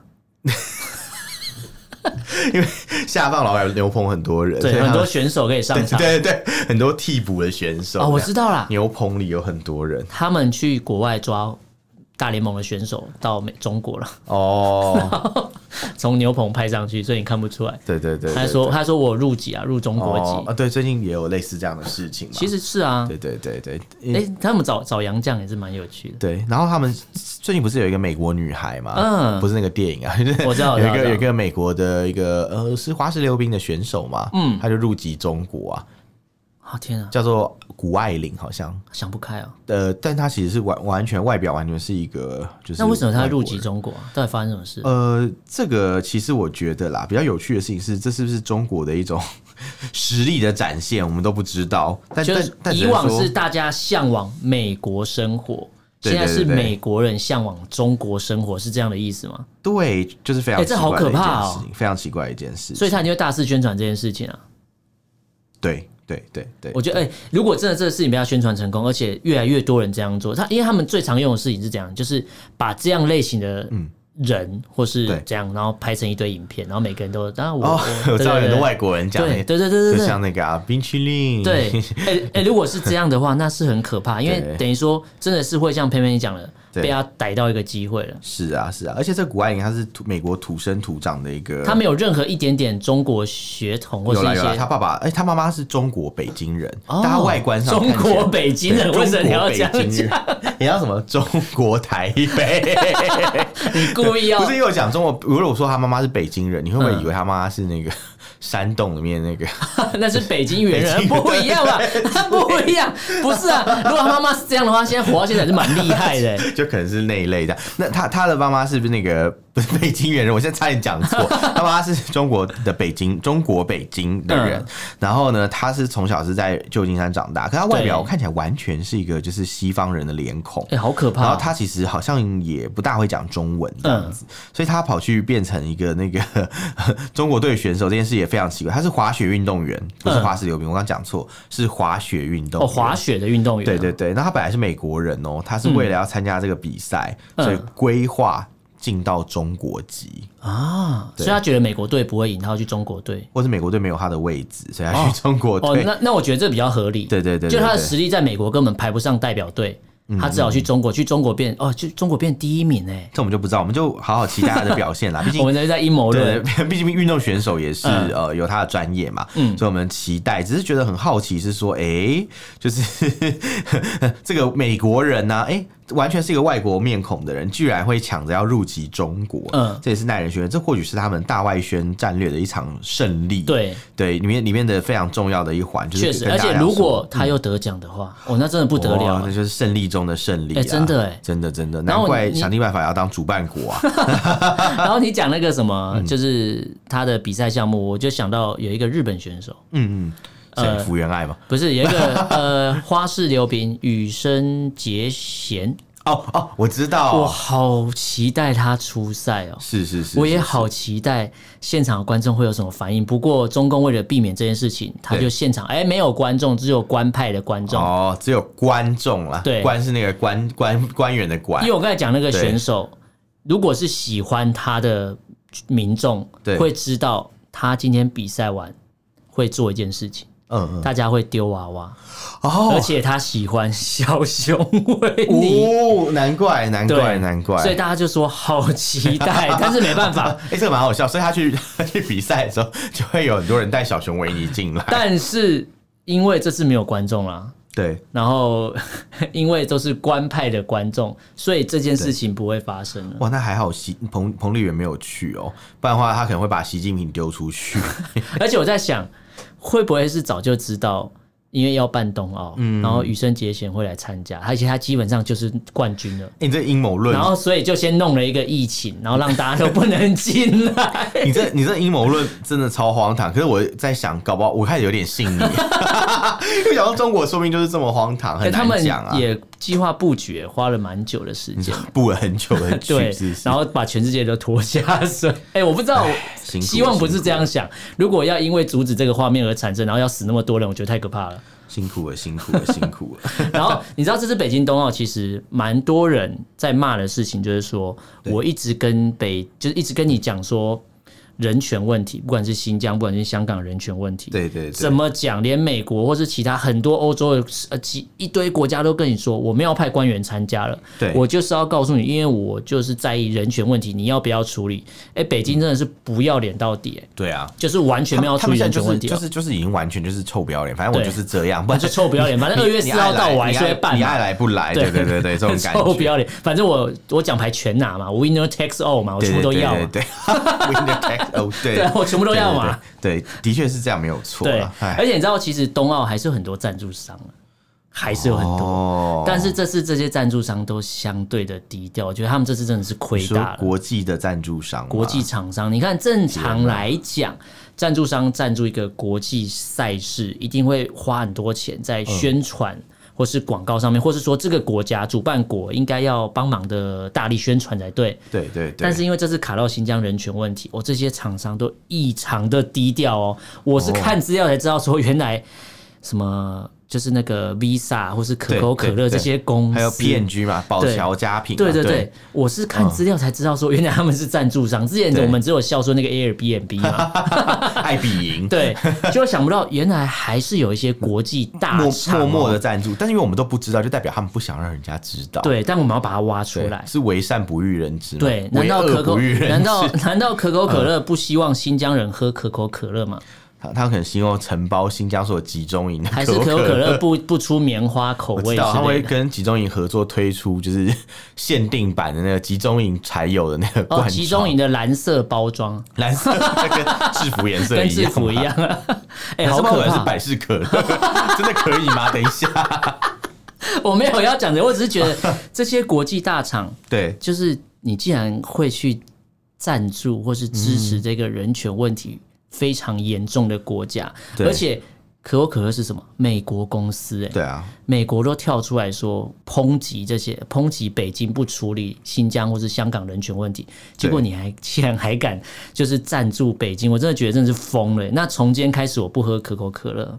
A: 下放劳改的牛棚很多人，所以
B: 对，
A: 他
B: 很多
A: 们
B: 选手可以上
A: 对
B: 场
A: 对对对，很多替补的选手。
B: 哦，我知道啦，
A: 牛棚里有很多人。
B: 他们去国外抓大联盟的选手到美中国了，
A: 哦，
B: 从牛棚派上去，所以你看不出来。
A: 对对对，
B: 他
A: 对
B: 说：“
A: 对
B: 他说我入籍啊，入中国籍。
A: 哦啊，对，最近也有类似这样的事情嘛。
B: 其，实是啊，
A: 对对对对，因
B: 哎、他们找找杨绛也是蛮有趣的。
A: 对，然后他们最近不是有一个美国女孩嘛？
B: 嗯
A: 不是那个电影啊， 就是
B: 我知道我知
A: 有
B: 道
A: 一个
B: 我知道
A: 有一个美国的一个呃是花式溜冰的选手嘛，嗯，他就入籍中国啊，
B: 啊、天啊，
A: 叫做谷爱凌好像，
B: 想不开啊！
A: 呃，但她其实是完完全外表完全是一个就是
B: 那为什么他
A: 外国
B: 入籍
A: 人？
B: 中国、啊？到底发生什么事？
A: 呃，这个其实我觉得啦，比较有趣的事情是，这是不是中国的一种 实力的展现，我们都不知道。但
B: 就
A: 但
B: 是
A: 但只
B: 以
A: 能
B: 往
A: 说
B: 是大家向往美国生活，
A: 对对
B: 现在是
A: 对对
B: 美国人向往中国生活，是这样的意思吗？
A: 对，就是非常
B: 哎这
A: 奇
B: 好
A: 怪
B: 可
A: 的一件
B: 怕
A: 事
B: 哦
A: 情，非常奇怪的一件事情。
B: 所以他一定会大肆宣传这件事情啊！
A: 对对对对，
B: 我觉得，哎、如果真的这个事情被他宣传成功，而且越来越多人这样做，他因为他们最常用的事情是这样，就是把这样类型的人或是
A: 嗯对
B: 这样，然后拍成一堆影片，然后每个人都，当啊然 我、
A: 哦，
B: 我
A: 我知道
B: 对对
A: 很多
B: 对
A: 外国人讲那
B: 对
A: 个，
B: 对对对对
A: 就
B: 对
A: 像那个啊，冰淇淋，
B: 对，哎、哎、如果是这样的话，那是很可怕，因为
A: 对
B: 等于说真的是会像佩佩你讲的，
A: 对
B: 被他逮到一个机会了。
A: 是啊是啊，而且这谷爱凌她是土美国土生土长的一个，
B: 他没有任何一点点中国血统或是
A: 有啦
B: 一
A: 有啦，她
B: 些
A: 爸爸哎，她妈妈是中国北京人，
B: 哦
A: 但她外观上
B: 中
A: 看起来
B: 国北京人，
A: 对
B: 为什么你要这
A: 中国北京
B: 样讲？
A: 人？ 啊你要什么中国台北？
B: 你故意要
A: 不是因为我讲中国，如果我说她妈妈是北京人，你会不会
B: 嗯
A: 以为她妈妈是那个山洞里面那个？
B: 那是北京猿人，不一样吧？ 不一样，不是啊。如果他妈妈是这样的话，现在活到现在是蛮厉害的、欸
A: 就可能是那一类的。 那他他的妈妈是不是那个不是北京猿人？我现在差点讲错，他妈妈是中国的北京，中国北京的人。
B: 嗯
A: 然后呢，他是从小是在旧金山长大，可他外表
B: 对
A: 我看起来完全是一个就是西方人的脸孔
B: 哎、。好嗯可
A: 然
B: 怕
A: 后
B: 哦、
A: 他其实好像也不大会讲中文这样子，所以他跑去变成一个那个 中国队选手，这件事也非常奇怪。他是滑雪运动员，不是
B: 嗯
A: 滑石溜冰，我刚讲错，是滑雪运动
B: 哦，
A: 员。
B: 滑雪的运动员，
A: 对对，对，那他本来是美国人哦，他是为了要参加这个比赛，
B: 嗯
A: 所以规划进到中国籍，
B: 啊，
A: 对
B: 所以他觉得美国队不会赢，他要去中国队。
A: 或是美国队没有他的位置，所以他去中国
B: 哦
A: 队。，
B: 那那我觉得这比较合理。
A: 对对对对嗯
B: 就他的
A: 对
B: 实力在美国根本排不上代表队，他只好去中国，去中国变哦，去中国变第一名哎。
A: 这我们就不知道，我们就好好期待他的表现 啦。毕
B: 我
A: 竟
B: 们在在阴谋
A: 对
B: 论，，
A: 毕竟运动选手也是、
B: 嗯
A: 呃有他的专业嘛，所以我们期待，只是觉得很好奇，是说，哎、就是 这个美国人呢、哎、完全是一个外国面孔的人，居然会抢着要入籍中国，
B: 嗯
A: 这也是耐人寻味，这或许是他们大外宣战略的一场胜利，
B: 对
A: 对，里面里面的非常重要的一环，就是
B: 确实。
A: 跟
B: 而
A: 大家说
B: 且
A: 嗯
B: 如果他又得奖的话，哦，那真的不得了
A: 哇
B: 啊
A: 那。就是胜利中的胜利、啊
B: 哎真的哎
A: 真的真的，
B: 然
A: 难
B: 后
A: 怪
B: 你
A: 想尽办法要当主办国 啊，
B: 然后你讲那个什
A: 嗯
B: 么，就是他的比赛项目，我就想到有一个日本选手，
A: 嗯嗯，
B: 呃
A: 是福原爱嘛。
B: 不是有 一个呃花式溜冰羽生结弦，
A: 哦哦，我知道，
B: 我好期待他出赛哦。
A: 是是是，
B: 我也
A: 是
B: 好期待现场的观众会有什么反应。不过中共为了避免这件事情，他
A: 对
B: 就现场哎、没有观众，只有官派的观众。
A: 哦，只有观众啦，
B: 对
A: 官是那个官官官员的官
B: 因为，我刚才讲那个选手，如果是喜欢他的民众
A: 对，
B: 会知道他今天比赛完会做一件事情，
A: 嗯嗯，
B: 大家会丢娃娃，而
A: 哦
B: 且他喜欢小熊维尼。
A: 哦，难怪难怪
B: 对，
A: 难怪，
B: 所以大家就说好期待，但是没 办法，
A: 哎、这个蛮好笑，所以他去 他去比赛的时候，就会有很多人带小熊维尼进来，
B: 但是因为这次没有观众啦，
A: 对，
B: 然后 因为都是官派的观众，所以这件事情不会发生了。
A: 哇，那还好习彭彭丽媛没有去哦，不然的话他可能会把习近平丢出 去，哎
B: 而且我在想，会不会是早就知道，因为要办冬奥，
A: 嗯
B: 然后羽生结弦会来参加，而且他基本上就是冠军了。
A: 哎、你这阴谋论
B: 然，后，所以就先弄了一个疫情，然后让大家都不能进来。
A: 你这你这阴谋论真的超荒唐，可是我在想，搞不好我开始有点信 你，因为想到中国说不定就是这么荒唐， 很
B: 他
A: 难
B: 们
A: 讲啊。
B: 也计划布局，花了蛮久的时间。
A: 布了很久的 剧，
B: 对
A: 是不，是
B: 然后把全世界都拖下 水。哎、我不知道，
A: 辛苦
B: 希望不
A: 辛
B: 是
A: 苦
B: 这样想。如果要因为阻止这个画面而产生，然后要死那么多人，我觉得太可怕了。
A: 辛苦了，辛苦了，辛苦 了。
B: 然后你知道这次北京冬奥，其实蛮多人在骂的事情，就是说我一直跟北，就是一直跟你讲说人权问题，不管是新疆，不管是香港人权问题，
A: 对对对
B: 怎，么讲？连美国或是其他很多欧洲的呃几一堆国家都跟你说，我们要派官员参加了，
A: 对
B: 我就是要告诉你，因为我就是在意人权问题，你要不要处理？哎、北京真的是不要脸到底、哎
A: 对啊，
B: 就是完全没有
A: 他
B: 处
A: 们
B: 理
A: 现在
B: 人
A: 就
B: 权
A: 是
B: 问题、
A: 就
B: 哦。
A: 是就是已经完全就是臭不要脸，反正我
B: 对啊
A: 就是这样，不然
B: 就臭不要脸，反正
A: 你
B: 二月
A: 你
B: 四
A: 爱
B: 号到
A: 来
B: 我还是
A: 你爱
B: 会办嘛
A: 你爱来不来？对对对对， 这种感觉
B: 臭不要脸，反正我我奖牌全拿嘛，我 winner takes all 嘛，我
A: 对对
B: 全部都
A: 对
B: 要
A: 对
B: 嘛，
A: 对 ，Winner takes all，对
B: 对啊我全部都要嘛，
A: 对对对对，的确是这样，没有错
B: 对
A: 啦。，哎
B: 而且你知道，其实冬奥还是有很多赞助商啊还是有很多，
A: 哦
B: 但是这次这些赞助商都相对的低调，我觉得他们这次真的是亏
A: 说
B: 大了。
A: 国际的赞助商嘛，
B: 国际厂商，你看正常来讲，赞助商赞助一个国际赛事，一定会花很多钱在宣传。或是广告上面，或是说这个国家主办国应该要帮忙的大力宣传才对。
A: 对对对，
B: 但是因为这次卡到新疆人权问题，哦，这些厂商都异常的低调哦。我是看资料才知道说，原来什么就是那个 Visa 或是可口可
A: 对
B: 乐
A: 对对
B: 这些公司，
A: 还有 PNG 嘛，宝
B: 对
A: 桥佳品嘛，
B: 对对对，
A: 对，
B: 我是看资料才知道说，原来他们是赞助商。之前
A: 对
B: 我们只有笑说那个 Airbnb 嘛，
A: 爱彼迎，
B: 对，就想不到原来还是有一些国际大
A: 默
B: 厂哦
A: 默默的赞助，但是因为我们都不知道，就代表他们不想让人家知道。
B: 对，但我们要把它挖出
A: 对，
B: 来。
A: 是为善不欲人知吗。
B: 对，难道
A: 为恶
B: 可口
A: 不欲人知？嗯
B: 难道难道可口可乐不希望新疆人喝可口可乐吗？
A: 他他可能希望承包新疆所有集中营的
B: 还是可
A: 口
B: 口可
A: 乐？
B: 乐不 不出棉花口
A: 我
B: 味
A: 知
B: 之
A: 道他
B: 类
A: 会
B: 的？
A: 跟集中营合作推出，就是 限定版的那个集中营才有的那个罐
B: 哦，
A: 装，
B: 集中营的蓝色包装
A: 蓝色跟制服颜色
B: 跟
A: 一
B: 制
A: 样，
B: 服一样，哎、
A: 蓝
B: 好
A: 色包
B: 可
A: 装是
B: 怕！
A: 百事可乐， 真的可以吗？等一下，
B: 我没有要讲的，我只是觉得这些国际大厂，
A: 对，
B: 就是你既然会去赞助或是支持这个人权问题非常严重的国家，
A: 对
B: 而且可口可乐是什么？美国公司、哎，
A: 对啊，
B: 美国都跳出来说抨击这些，抨击北京不处理新疆或是香港人权问题，结果你还竟然还敢就是赞助北京，我真的觉得真的是疯了欸。那从今天开始，我不喝可口可乐，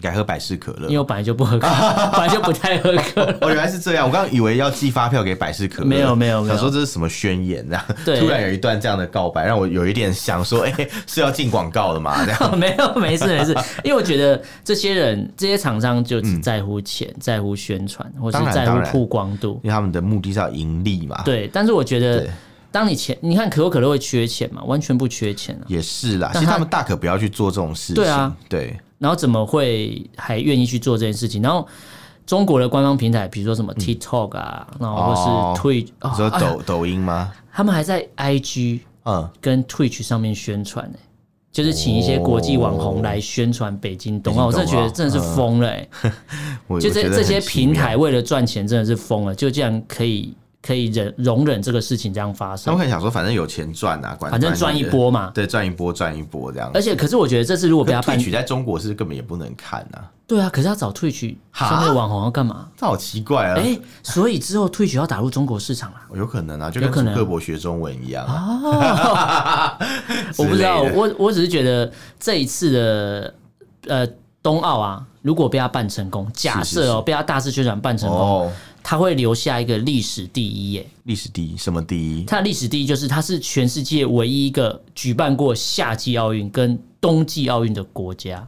A: 改喝百事可
B: 因为
A: 乐。
B: 我本来就不喝 可乐，本来就不太喝可乐。
A: 哦，原来是这样，我刚刚以为要寄发票给百事可乐，
B: 没有没有没有
A: 想说这是什么宣言这样，
B: 对
A: 突然有一段这样的告白，让我有一点想说，哎、是要进广告了嘛？ 这样，
B: 没有，没事没事，因为我觉得这些人、这些厂商就只在乎钱、在乎宣传，或
A: 嗯
B: 是
A: 当然
B: 在
A: 当
B: 乎
A: 然
B: 曝光度。
A: 因为他们的目的是要盈利嘛。，
B: 对，但是我觉得
A: 对，
B: 当你钱，你看可口可乐会缺钱嘛？完全不缺钱啊。
A: 也是啦。
B: 但
A: 其实
B: 他
A: 他们大可不要去做这种事情。
B: 对啊，
A: 对，
B: 然后怎么会还愿意去做这件事情？然后中国的官方平台，比如说什么 TikTok 啊，然后
A: 嗯哦
B: 或是 Twitch，、
A: 你说
B: 哦哎呀
A: 抖、抖音吗？
B: 他们还在 IG
A: 嗯，
B: 跟 Twitch 上面宣传呢、就是请一些国际网红来宣传北京冬奥，
A: 北
B: 我
A: 京冬奥
B: 真的觉得真的是疯了、欸。
A: 我
B: 就
A: 我觉
B: 这
A: 得
B: 这些
A: 很奇
B: 平
A: 妙
B: 台为了赚钱真的是疯了，就这样可以可以忍容忍这个事情这样发
A: 他们
B: 生
A: 可，能想说，反正有钱赚啊，管
B: 反正赚一，波嘛。
A: 对，赚一波，赚一波这样。
B: 而且，啊可是我觉得这次如果被他
A: 可
B: 办，
A: Twitch 在中国是根本也不能看啊，
B: 对啊，可是他找 Twitch
A: 哈
B: 上面的网红要干嘛？
A: 这好奇怪啊！
B: 哎，所以之后 Twitch 要打入中国市场啦。
A: 有可能啊，就
B: 有
A: 跟
B: 可
A: 祖
B: 能
A: 克伯学中文一样啊。
B: 我不知道，
A: 之类的
B: 我我只是觉得这一次的呃冬奥啊，如果被他办成功，假
A: 是
B: 设哦被他大肆宣传办成功，
A: 哦，
B: 他会留下一个历史第一耶。
A: 历史第一，什么第一？
B: 它的历史第一就是它是全世界唯一一个举办过夏季奥运跟冬季奥运的国家，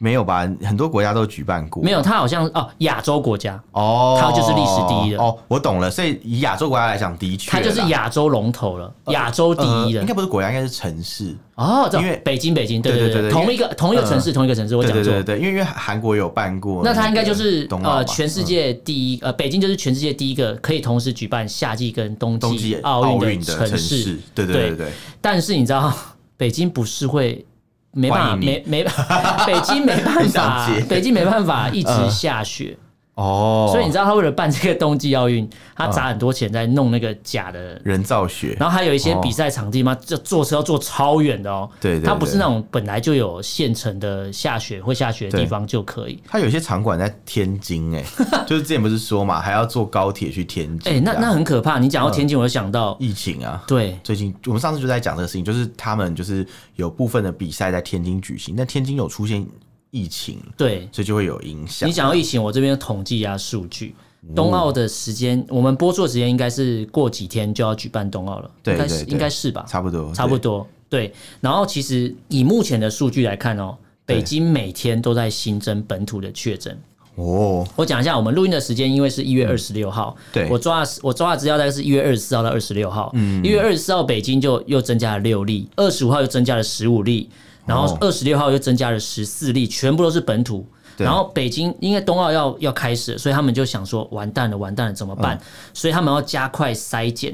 A: 没有吧？很多国家都举办过。
B: 没有，它好像哦亚洲国家，
A: 哦，
B: 它就是历史第一了
A: 哦，我懂了。所以以亚洲国家来讲，的确啦，
B: 它就是亚洲龙头了，亚洲第一
A: 呃
B: 了
A: 应。该不是国家，应该是城市。
B: 哦，这
A: 因为
B: 北京北京，对
A: 对
B: 对
A: 对对
B: 同一个同一个城市同一个城市，我
A: 对
B: 讲
A: 对
B: 错
A: 对。对，因为因为韩国有办过个冬奥
B: 那
A: 嘛，
B: 它应该就是呃全
A: 嗯
B: 世界第一呃北京就是全世界第一个可以同时举办夏季跟冬
A: 冬
B: 季
A: 季
B: 奥
A: 奥
B: 运
A: 运
B: 的
A: 的城
B: 市
A: 市。，对对对对对。
B: 但是你知道，北京不是会没办法，
A: 欢迎
B: 没没 北京没办
A: 很
B: 法
A: 想接，嗯
B: 北京没办法一直下雪，
A: 哦，嗯
B: 所以你知道他为了办这个冬季奥运，他砸很多钱在弄那个假的。
A: 人造雪，
B: 然后还有一些
A: 哦
B: 比赛场地嘛，就坐车要坐超远的哦。
A: 对对
B: 它不是
A: 对
B: 那种本来就有现成的下雪会下雪的地
A: 对
B: 方就可以。
A: 他有些场馆在天津、哎， 就是之前不是说嘛，还要坐高铁去天津这
B: 哎、
A: 样。
B: 那那很可怕。你
A: 嗯
B: 讲到天津，我就想到，
A: 疫情啊，
B: 对，
A: 最近我们上次就在讲这个事情，就是他们就是有部分的比赛在天津举行，但天津有出现疫情，
B: 对，
A: 所以就会有影响
B: 你。讲到疫情，我这边有统计一下数据。
A: 嗯
B: 冬奥的时间，我们播出的时间应该是过几天就要举办冬奥了，
A: 对
B: 应该
A: 对
B: 是
A: 对
B: 应该是吧，
A: 差不多，
B: 差不多对。然后其实以目前的数据来看哦，
A: 对
B: 北京每天都在新增本土的确诊。
A: 对哦，
B: 我讲一下，我们录音的时间因为是一月二十六号，
A: 对嗯
B: 我抓的我抓的资料大概是一月二十四号到二十六号，一月二十四号北京就又增加了六例，二十五号又增加了十五例，然后
A: 哦
B: 二十六号又增加了十四例，全部都是本土。
A: 对
B: 然后北京因为冬奥要要开始了，所以他们就想说完蛋了，完蛋了怎么办？
A: 嗯
B: 所以他们要加快筛检，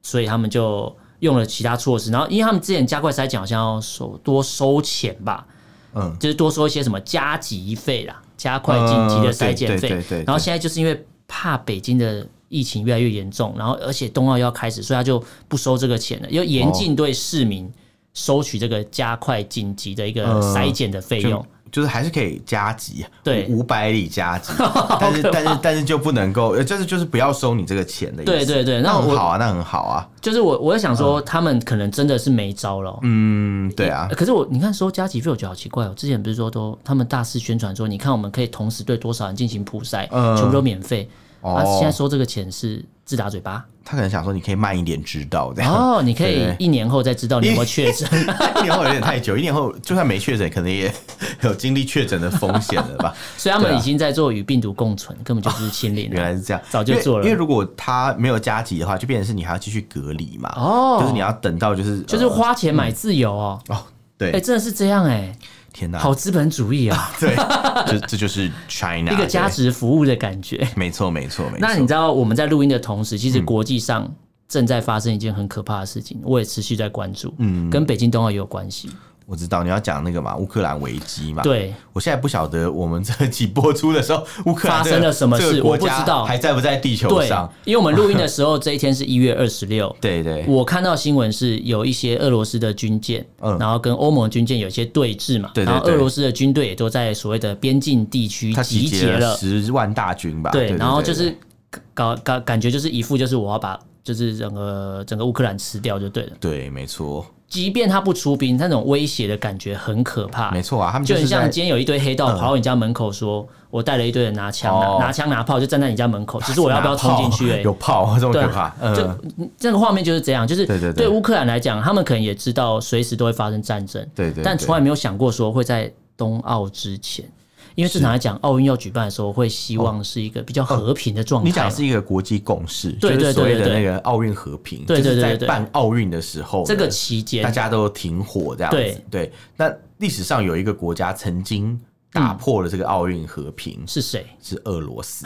B: 所以他们就用了其他措施。然后因为他们之前加快筛检好像要收多收钱吧，
A: 嗯，
B: 就是多收一些什么加急费啦，加快紧急的筛
A: 嗯
B: 检
A: 对对
B: 费
A: 对对。对
B: 然后现在就是因为怕北京的疫情越来越严重，然后而且冬奥要开始，所以他就不收这个钱了，又严
A: 哦
B: 禁对市民收取这个加快紧急的一个
A: 呃
B: 筛检的费用
A: 哦就。就是还是可以加急，啊
B: 对
A: 五百里加 急，但是但是但是就不能够，呃就是就是不要收你这个钱的意思。
B: 对对对那
A: 那
B: 我
A: 很好啊，嗯那很好啊，
B: 就是我，我在想说，他们可能真的是没招了哦、
A: 嗯，对啊，
B: 可是我，你看收加急费，我觉得好奇怪哦。之前不是说都他们大肆宣传说，你看我们可以同时对多少人进行普筛，
A: 嗯
B: 全部都免费。啊，
A: 哦
B: 现在收这个钱是自打嘴巴
A: 他可能想说你可以慢一点知道这样。
B: 哦，你可以
A: 对啊
B: 一年后再知道你 有没有确诊。
A: 一年后有点太久，一年后就算没确诊，可能也 有经历确诊的风险了吧？
B: 所以他们
A: 对啊
B: 已经在做与病毒共存，根本就不是清零
A: 哦原
B: 了。
A: 来是这样，
B: 嗯早就
A: 因为
B: 做了
A: 因为如果他没有加急的话，就变成是你还要继续隔离嘛。
B: 哦
A: 就是你要等到就是
B: 就是花钱买自由哦，
A: 呃哦，
B: 哎，
A: 对，
B: 真的是这样哎，
A: 天哪，
B: 好资本主义啊，
A: 对，这这就是 China
B: 一个价，值服务的感觉。
A: 对没错没错没错。嗯
B: 那你知道我们在录音的同时，其实国际上正在发生一件很可怕的事情，我也持续在关注，嗯，跟北京冬奥也有关系。
A: 我知道你要讲那个嘛，乌克兰危机嘛。，
B: 对，
A: 我现在不晓得我们这期播出的时候，乌克兰
B: 发生了什么事
A: 这个国家
B: 我不知道
A: 还在不在地球
B: 对
A: 上？，
B: 因为我们录音的时候，这一天是一月二十 六。
A: 对对，
B: 我看到新闻是有一些俄罗斯的军舰，
A: 嗯
B: 然后跟欧盟军舰有一些对峙嘛，
A: 对对对
B: 然后俄罗斯的军队也都在所谓的边境地区
A: 他
B: 集
A: 集
B: 结
A: 结
B: 了，
A: 了十万大军吧？
B: 对，然后
A: 对
B: 就是搞搞感觉就是一副就是我要把就是整个整个乌克兰吃掉就对了。
A: 对，没错。
B: 即便他不出兵，他那种威胁的感觉很可怕。
A: 没错啊，他们
B: 就很
A: 是在嗯
B: 像今天有一堆黑道跑到你家门口说，我带了一堆人拿枪、拿
A: 哦
B: 拿枪拿炮，就站在你家门口，只是我要不要冲进 去、
A: 拿
B: 而
A: 炮
B: 已。
A: 有炮这么
B: 对啊
A: 可怕，嗯，
B: 就这个画面就是这样，就是
A: 对对对
B: 对乌克兰来讲，他们可能也知道随时都会发生战争，
A: 对对对
B: 但从来没有想过说会在冬奥之前，因为正常来讲，奥运要举办的时候会希望是一个比较和平的状
A: 哦
B: 态嘛。
A: 你讲的是一个国际共识，
B: 对
A: 就是
B: 对对
A: 所谓的
B: 对对
A: 那个奥运和平，
B: 对对
A: 就是
B: 对
A: 在
B: 对对
A: 办奥运的时候呢，
B: 这个期间
A: 大，家都停火这样子
B: 对。
A: 对，那历史上有一个国家曾经打破了这个奥运和平，
B: 是谁？
A: 是俄罗 斯，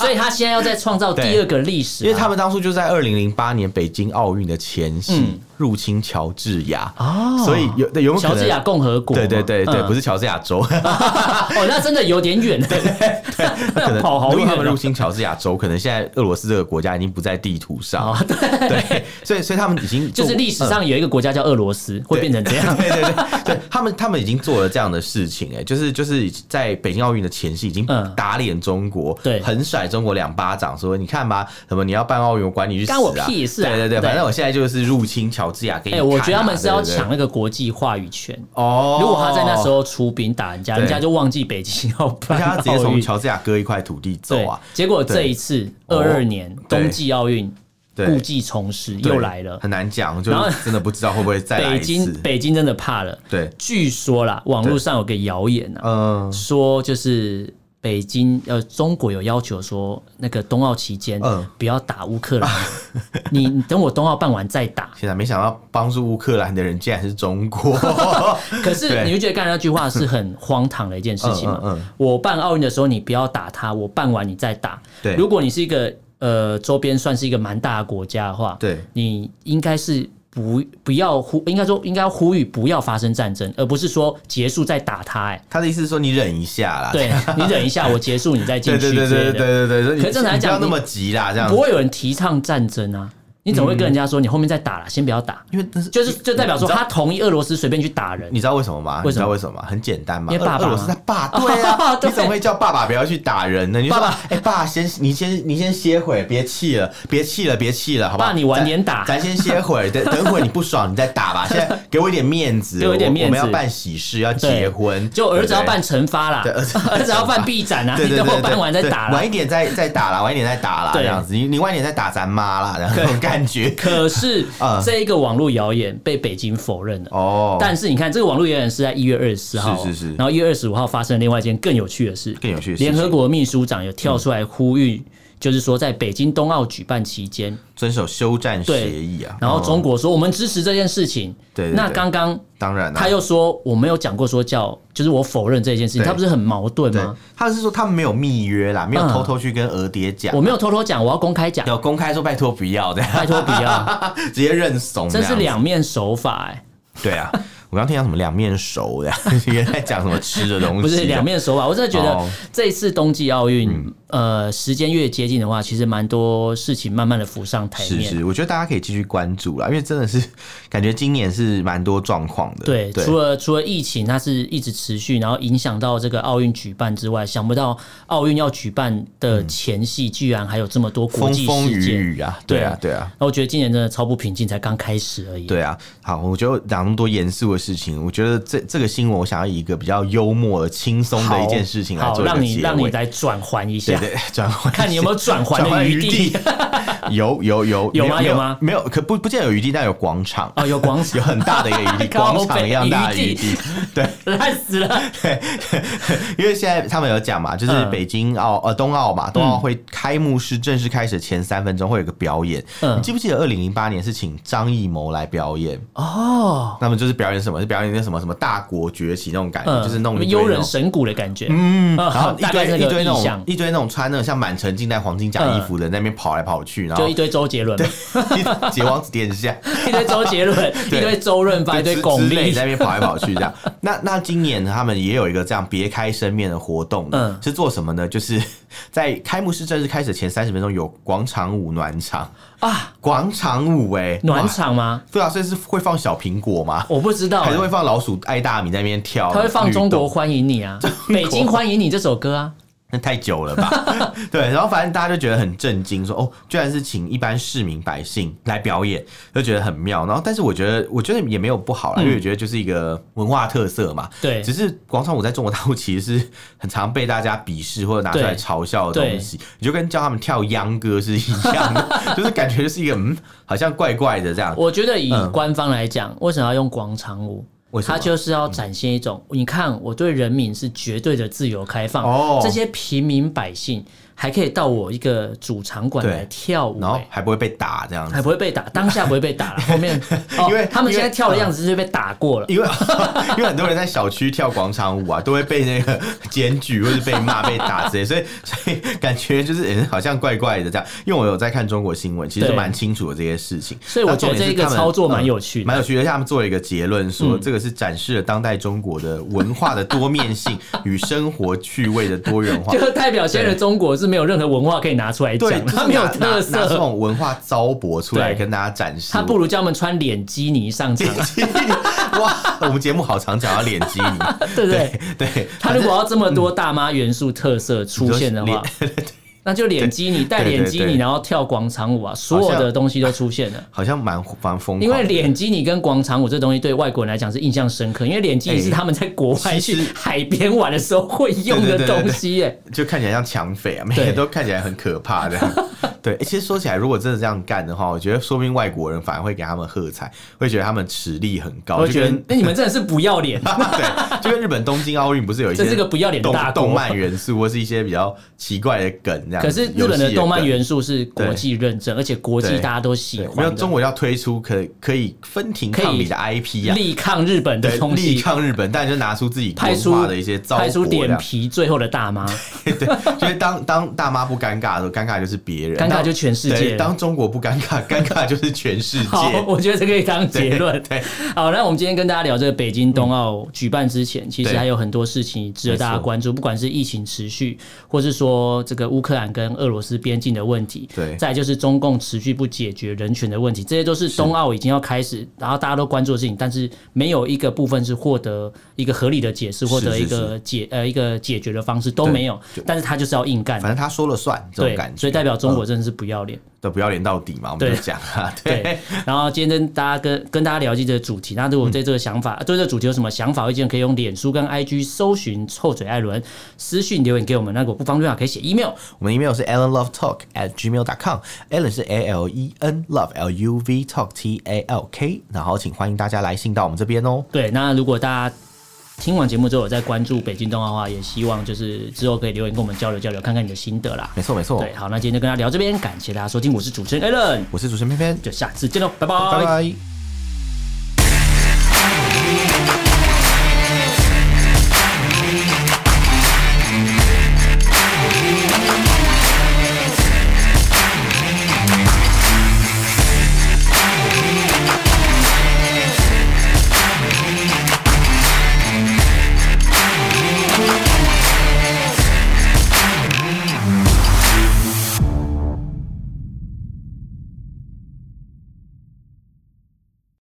B: 所以他现在要再创造第二个历史啊，
A: 因为他们当初就在二零零八年北京奥运的前夕入侵乔治亚，
B: 嗯哦
A: 所以有对有没有可
B: 乔
A: 能？
B: 治亚共和国嘛，
A: 对对对对，
B: 嗯
A: 不是乔治亚州，
B: 哦，那真的有点远，
A: 可能
B: 跑好
A: 啊如果
B: 远
A: 他们
B: 哦
A: 入侵乔治亚州，可能现在俄罗斯这个国家已经不在地图上，对，所以所以他们已经
B: 哦就是
A: 做
B: 历史上有一个国家叫俄罗斯，会变成这 样。
A: 对对对对，他们他们已经做了这样的事情、哎，就是就是在北京奥运的前夕已经
B: 嗯
A: 打脸中国，
B: 对
A: 狠甩中国两巴掌，说你看吧，什么你要办奥运，我管你去死、啊，
B: 干我屁事啊
A: 对对对，
B: 对
A: 反正我现在就是入侵乔治亚，给你
B: 哎，
A: 看啊、
B: 我觉得他们是要
A: 对对对
B: 抢那个国际话语权。
A: 哦，
B: 如果他在那时。候出兵打人家，
A: 对
B: 人家就忘记北京要
A: 而
B: 办
A: 且他直接
B: 奥
A: 从
B: 运。
A: 乔治亚割一块土地走
B: 对
A: 啊！，
B: 结果这一次
A: 对
B: 二二年
A: 对
B: 冬季奥运
A: 对
B: 故技重施
A: 对
B: 又来了，
A: 很难讲，就
B: 然后
A: 真的不知道会不会再来
B: 北
A: 一次
B: 京。北京真的怕了。
A: 对，
B: 据说啦，网络上有个谣言啊，
A: 嗯，
B: 说就是北京呃中国有要求说那个冬奥期间
A: 嗯
B: 不要打乌 克兰，你你等我冬奥办完再打。
A: 现在没想到帮助乌克兰的人竟然是中 国，
B: 可
A: 对
B: 是你会觉得刚才那句话是很荒唐的一件事情嘛？
A: 嗯嗯嗯
B: 我办奥运的时候，你不要打他，我办完你再打。
A: 对
B: 如果你是一个呃周边算是一个蛮大的国家的话，
A: 对
B: 你应该是。不，不要呼，应该说应该要呼吁不要发生战争，而不是说结束再打他、哎，
A: 他的意思是说你忍一下啦，
B: 对你忍一下，我结束你再进
A: 对
B: 去之
A: 对
B: 类
A: 对
B: 的。
A: 对对对对对。
B: 可是正常来讲
A: 你不要那么急啦，这样
B: 不
A: 子，
B: 会有人提倡战争啊。你总会跟人家说，你后面再打了，先不要打，
A: 因为但是
B: 就是就代表说
A: 你知道
B: 他同意俄罗斯随便去打人。
A: 你知道为什么吗？你
B: 为
A: 知
B: 什么
A: 道为什么吗？很简单嘛，
B: 因为爸
A: 俄
B: 爸
A: 俄罗斯他爸，对啊，
B: 对
A: 你怎么会叫爸爸不要去打人呢？你就说
B: 爸爸，
A: 哎，爸，先你先你先歇会，别气了，别气了，别气了，好不好？
B: 爸你晚
A: 咱
B: 点打
A: 咱先歇会，等等会你不爽你再打吧。现在给我一点面子，
B: 给我一点面子
A: 我们要办喜事，要结婚，
B: 就儿子要
A: 对不对
B: 办惩罚啦，
A: 对儿子
B: 儿子要办臂展啊，
A: 对
B: 你
A: 对
B: 等
A: 对
B: 我
A: 对，
B: 办完再
A: 对
B: 打啦
A: 晚。一点再再打啦，晚一点再打啦，这
B: 对
A: 样子，你你晚一点再打咱妈啦，然后那种感觉
B: 可是
A: 啊
B: 这一个网络谣言被北京否认了。
A: 哦。
B: 但是你看，这个网络谣言是在一月二十四号，
A: 是是是
B: 然后一月二十五号发生了另外一件更有趣的事，
A: 更有趣的事情
B: 联合国秘书长有跳出来呼吁，就是说在北京冬奥举办期间，
A: 遵守休战
B: 对
A: 协议啊，
B: 然后
A: 哦
B: 中国说我们支持这件事情。
A: 对对
B: 那
A: 对
B: 刚刚
A: 当然啊
B: 他又说我没有讲过说叫，就是我否认这件事情，
A: 对
B: 他不是很矛盾
A: 对
B: 吗？，
A: 他是说他们没有密约啦，没有
B: 嗯
A: 偷偷去跟俄爹讲，
B: 我没有偷偷讲，我要公 开讲，
A: 有公开说拜托不要的，
B: 拜托不要，
A: 直接认怂这
B: 真
A: 样子，
B: 是两面手法哎、
A: 对啊。我刚听到什么两面熟 的，也在讲什么吃的东西，啊
B: 不是两。面手法，我真的觉
A: 哦嗯
B: 得这一次冬季奥运，呃，时间越接近的话，其实蛮多事情慢慢的浮上台
A: 是
B: 面。
A: 是，我觉得大家可以继续关注啦，因为真的是感觉今年是蛮多状况的。
B: 对，
A: 对，
B: 除了除了疫情它是一直持续，然后影响到这个奥运举办之外，想不到奥运要举办的前夕，居然还有这么多国
A: 风
B: 际
A: 风
B: 事件。
A: 雨雨啊，对啊，对啊。
B: 那我觉得今年真的超不平静，才刚开始而已。
A: 对啊，好，我就讲那么多严肃的事情，我觉得这这个新闻，我想要以一个比较幽默、轻松
B: 好，
A: 的一件事情来
B: 好
A: 做一个
B: 让你
A: 结
B: 让你
A: 尾
B: 来转环一
A: 对
B: 下，
A: 对， 转换
B: 看你有没有转环
A: 转
B: 的
A: 换
B: 余
A: 地
B: 地。。
A: 有有有
B: 有吗
A: 没
B: 有吗
A: 没有，可不不见有余地，但有广 场，
B: 哦，有 广
A: 有
B: 场，
A: 很大的一个余地，
B: 靠
A: 广场
B: 北
A: 一样大的余
B: 余
A: 地。 对
B: 烂死了。
A: 对， 因为现在他们有讲嘛，就是
B: 嗯
A: 北京奥呃冬奥嘛，冬奥会开幕式正式开始前三分钟会有个表演。
B: 嗯
A: 你记不记得二零零八年是请张艺谋来表演？
B: 哦，
A: 他们就是表演什么？是表演那什么什么大国崛起那种感觉，
B: 嗯，
A: 就是弄一堆
B: 悠
A: 那
B: 人
A: 种
B: 神鼓的感觉。
A: 嗯，
B: 啊
A: 然后一
B: 大
A: 堆
B: 概是那
A: 一
B: 个
A: 堆那
B: 意
A: 种
B: 象嗯
A: 一堆那种穿那种像满城尽带黄金甲衣服的人在那边跑来跑去，然后
B: 就一堆周杰伦 嘛，
A: 结王子殿下，
B: 一堆周杰伦，一
A: 对
B: 堆周润发，一堆
A: 之
B: 巩
A: 之类
B: 俐
A: 在那边跑来跑去这样。 那那今年他们也有一个这样别开生面的活动，
B: 嗯
A: 是做什么呢？就是 在开幕式正式开始前三十分钟有广场舞暖场，
B: 啊，
A: 广场舞哎、
B: 暖
A: 哇
B: 场吗？
A: 对啊，所以是会放小苹果吗？
B: 我不知道
A: 还是会
B: 欸，
A: 放老鼠爱大米在那边跳？
B: 他会放《
A: 律动
B: 中国欢迎你》啊，《北京欢迎你》这首歌啊，
A: 那太久了吧？ 对，然后反正大家就觉得很震惊，说哦，居然是请一般市民百姓来表演，就觉得很妙。然后，但是我觉得，我觉得也没有不好啦，因为我觉得就是一个文化特色嘛。
B: 嗯对
A: 只是广场舞在中国大陆其实是很常被大家鄙视或者拿出来
B: 对
A: 嘲笑的东西，你就跟叫他们跳秧歌是一样的， 就是感觉就是一个嗯，好像怪怪的这样。
B: 我觉得以
A: 嗯
B: 官方来讲，为什么要用广场舞
A: 为？什么嗯
B: 它就是要展现一种，你看我对人民是绝对的自由开放，
A: 哦
B: 这些平民百姓还可以到我一个主场馆
A: 对
B: 来跳舞、
A: 然后
B: 欸
A: 还不会被打这样
B: 还
A: 子，
B: 不会被打，当下不会被 打了。后面，哦
A: 因为
B: 他们
A: 因为嗯
B: 现在跳的样子就是被打过了。
A: 因为 因为很多人在小区跳广场舞啊，都会被那个 检举或是被骂、被打之类，所以所以感觉就是、欸、好像怪怪的这样。因为我有在看中国新闻，其实
B: 对
A: 蛮清楚的这些事情。
B: 所以我觉得这一个操作蛮有趣
A: 嗯
B: 的嗯
A: 蛮有趣的。而且他们做了一个结论，说这个是展示了当代中国的文化的多面性与生活趣味的多元化
B: 就。是代表现在的中国是没有任何文化可以拿出来
A: 对，
B: 讲，
A: 就是
B: 它没有
A: 拿拿
B: 特
A: 拿这
B: 色，
A: 种文化糟粕出来
B: 对
A: 跟大家展示。
B: 他不如叫他们穿脸基尼上场，
A: 哇，我们节目好常讲到脸基尼，
B: 对不对？
A: 对，嗯
B: 他如果要这么多大妈元素特色出现的 话，那就脸基尼带脸基
A: 对对
B: 尼，
A: 对
B: 然后跳广场舞啊，所有的东西都出现了。
A: 好像蛮蛮疯狂的，
B: 因为脸基尼跟广场舞这东西对外国人来讲是印象深刻，因为脸基尼
A: 哎
B: 是他们在国外
A: 其
B: 去
A: 实
B: 海边玩的时候会用的
A: 对对对对
B: 东西耶。
A: 就看起来像抢匪啊，每
B: 对
A: 个都看起来很可怕这 样。对，欸其实说起来，如果真的这样干的话，我觉得说不定外国人反而会给他们喝彩，会觉得他们实力很高，
B: 我
A: 哦就
B: 觉得
A: 跟，
B: 那你们真的是不要脸，
A: 对，就跟日本东京奥运不是 有一些
B: 这是个不要脸的
A: 动
B: 大国
A: 动漫元素，或是一些比较奇怪的梗这样子。
B: 可是日本
A: 游
B: 的
A: 戏
B: 动漫
A: 梗
B: 元素是国
A: 对
B: 际认证，而且国际
A: 对
B: 大家都喜
A: 对，
B: 欢
A: 没
B: 的。
A: 有中国要推出可可以分庭
B: 可以
A: 抗礼的 IP 啊。
B: 力抗日本的
A: 对，
B: 东
A: 力
B: 西，
A: 抗日本，但就拿出自己
B: 拍
A: 文
B: 出
A: 化的一些糟
B: 拍出
A: 粕这
B: 点
A: 样。
B: 皮最后的大妈，
A: 对，就是当当大妈不尴尬的时候，尴尬就是别人，
B: 尴
A: 当
B: 尬就全世界
A: 对
B: 了
A: 当中国不尴 尬，尴尬就是全世界。
B: 好，我觉得这可以当结论。
A: 对对
B: 好，那我们今天跟大家聊这个北京冬奥举办之前，其实
A: 嗯对
B: 还有很多事情值得大
A: 没
B: 家
A: 错
B: 关注，不管是疫情持续，或是说这个乌克兰跟俄罗斯边境的问题，
A: 对
B: 再就是中共持续不解决人权的问题，这些都是冬奥已经要开始，然后大家都关注的事情，但是没有一个部分是获得一个合理的解释，获得
A: 是
B: 一
A: 是
B: 个解呃一个解决的方式都
A: 对
B: 没有，但是他就是要硬干
A: 反。正他说了算，这
B: 对
A: 种感，觉，嗯
B: 所以代表中国真的是不要脸。
A: 都不要脸到底嘛，我们
B: 对
A: 就讲啊，对，
B: 对，然后今天跟大家跟跟大家聊这个主题，那如果对这个想法、对这个主题有什么想法、意见，可以用脸书跟 IG 搜寻“臭嘴艾伦”，私讯留言给我们。那如果不方便的话，可以写 email。
A: 我们 email 是 allenlovetalk at gmail.com，allen 是 A L E N love L U V talk T A L K，然后请欢迎大家来信到我们这边哦。
B: 对，那如果大家听完节目之后有在关注北京冬奥的话，也希望就是之后可以留言跟我们交流交流，看看你的心得啦。
A: 没错没错，
B: 对，好，那今天就跟大家聊这边，感谢大家收听，我是主持人 Allen，
A: 我是主持人偏偏，
B: 就下次见喽，拜
A: 拜拜。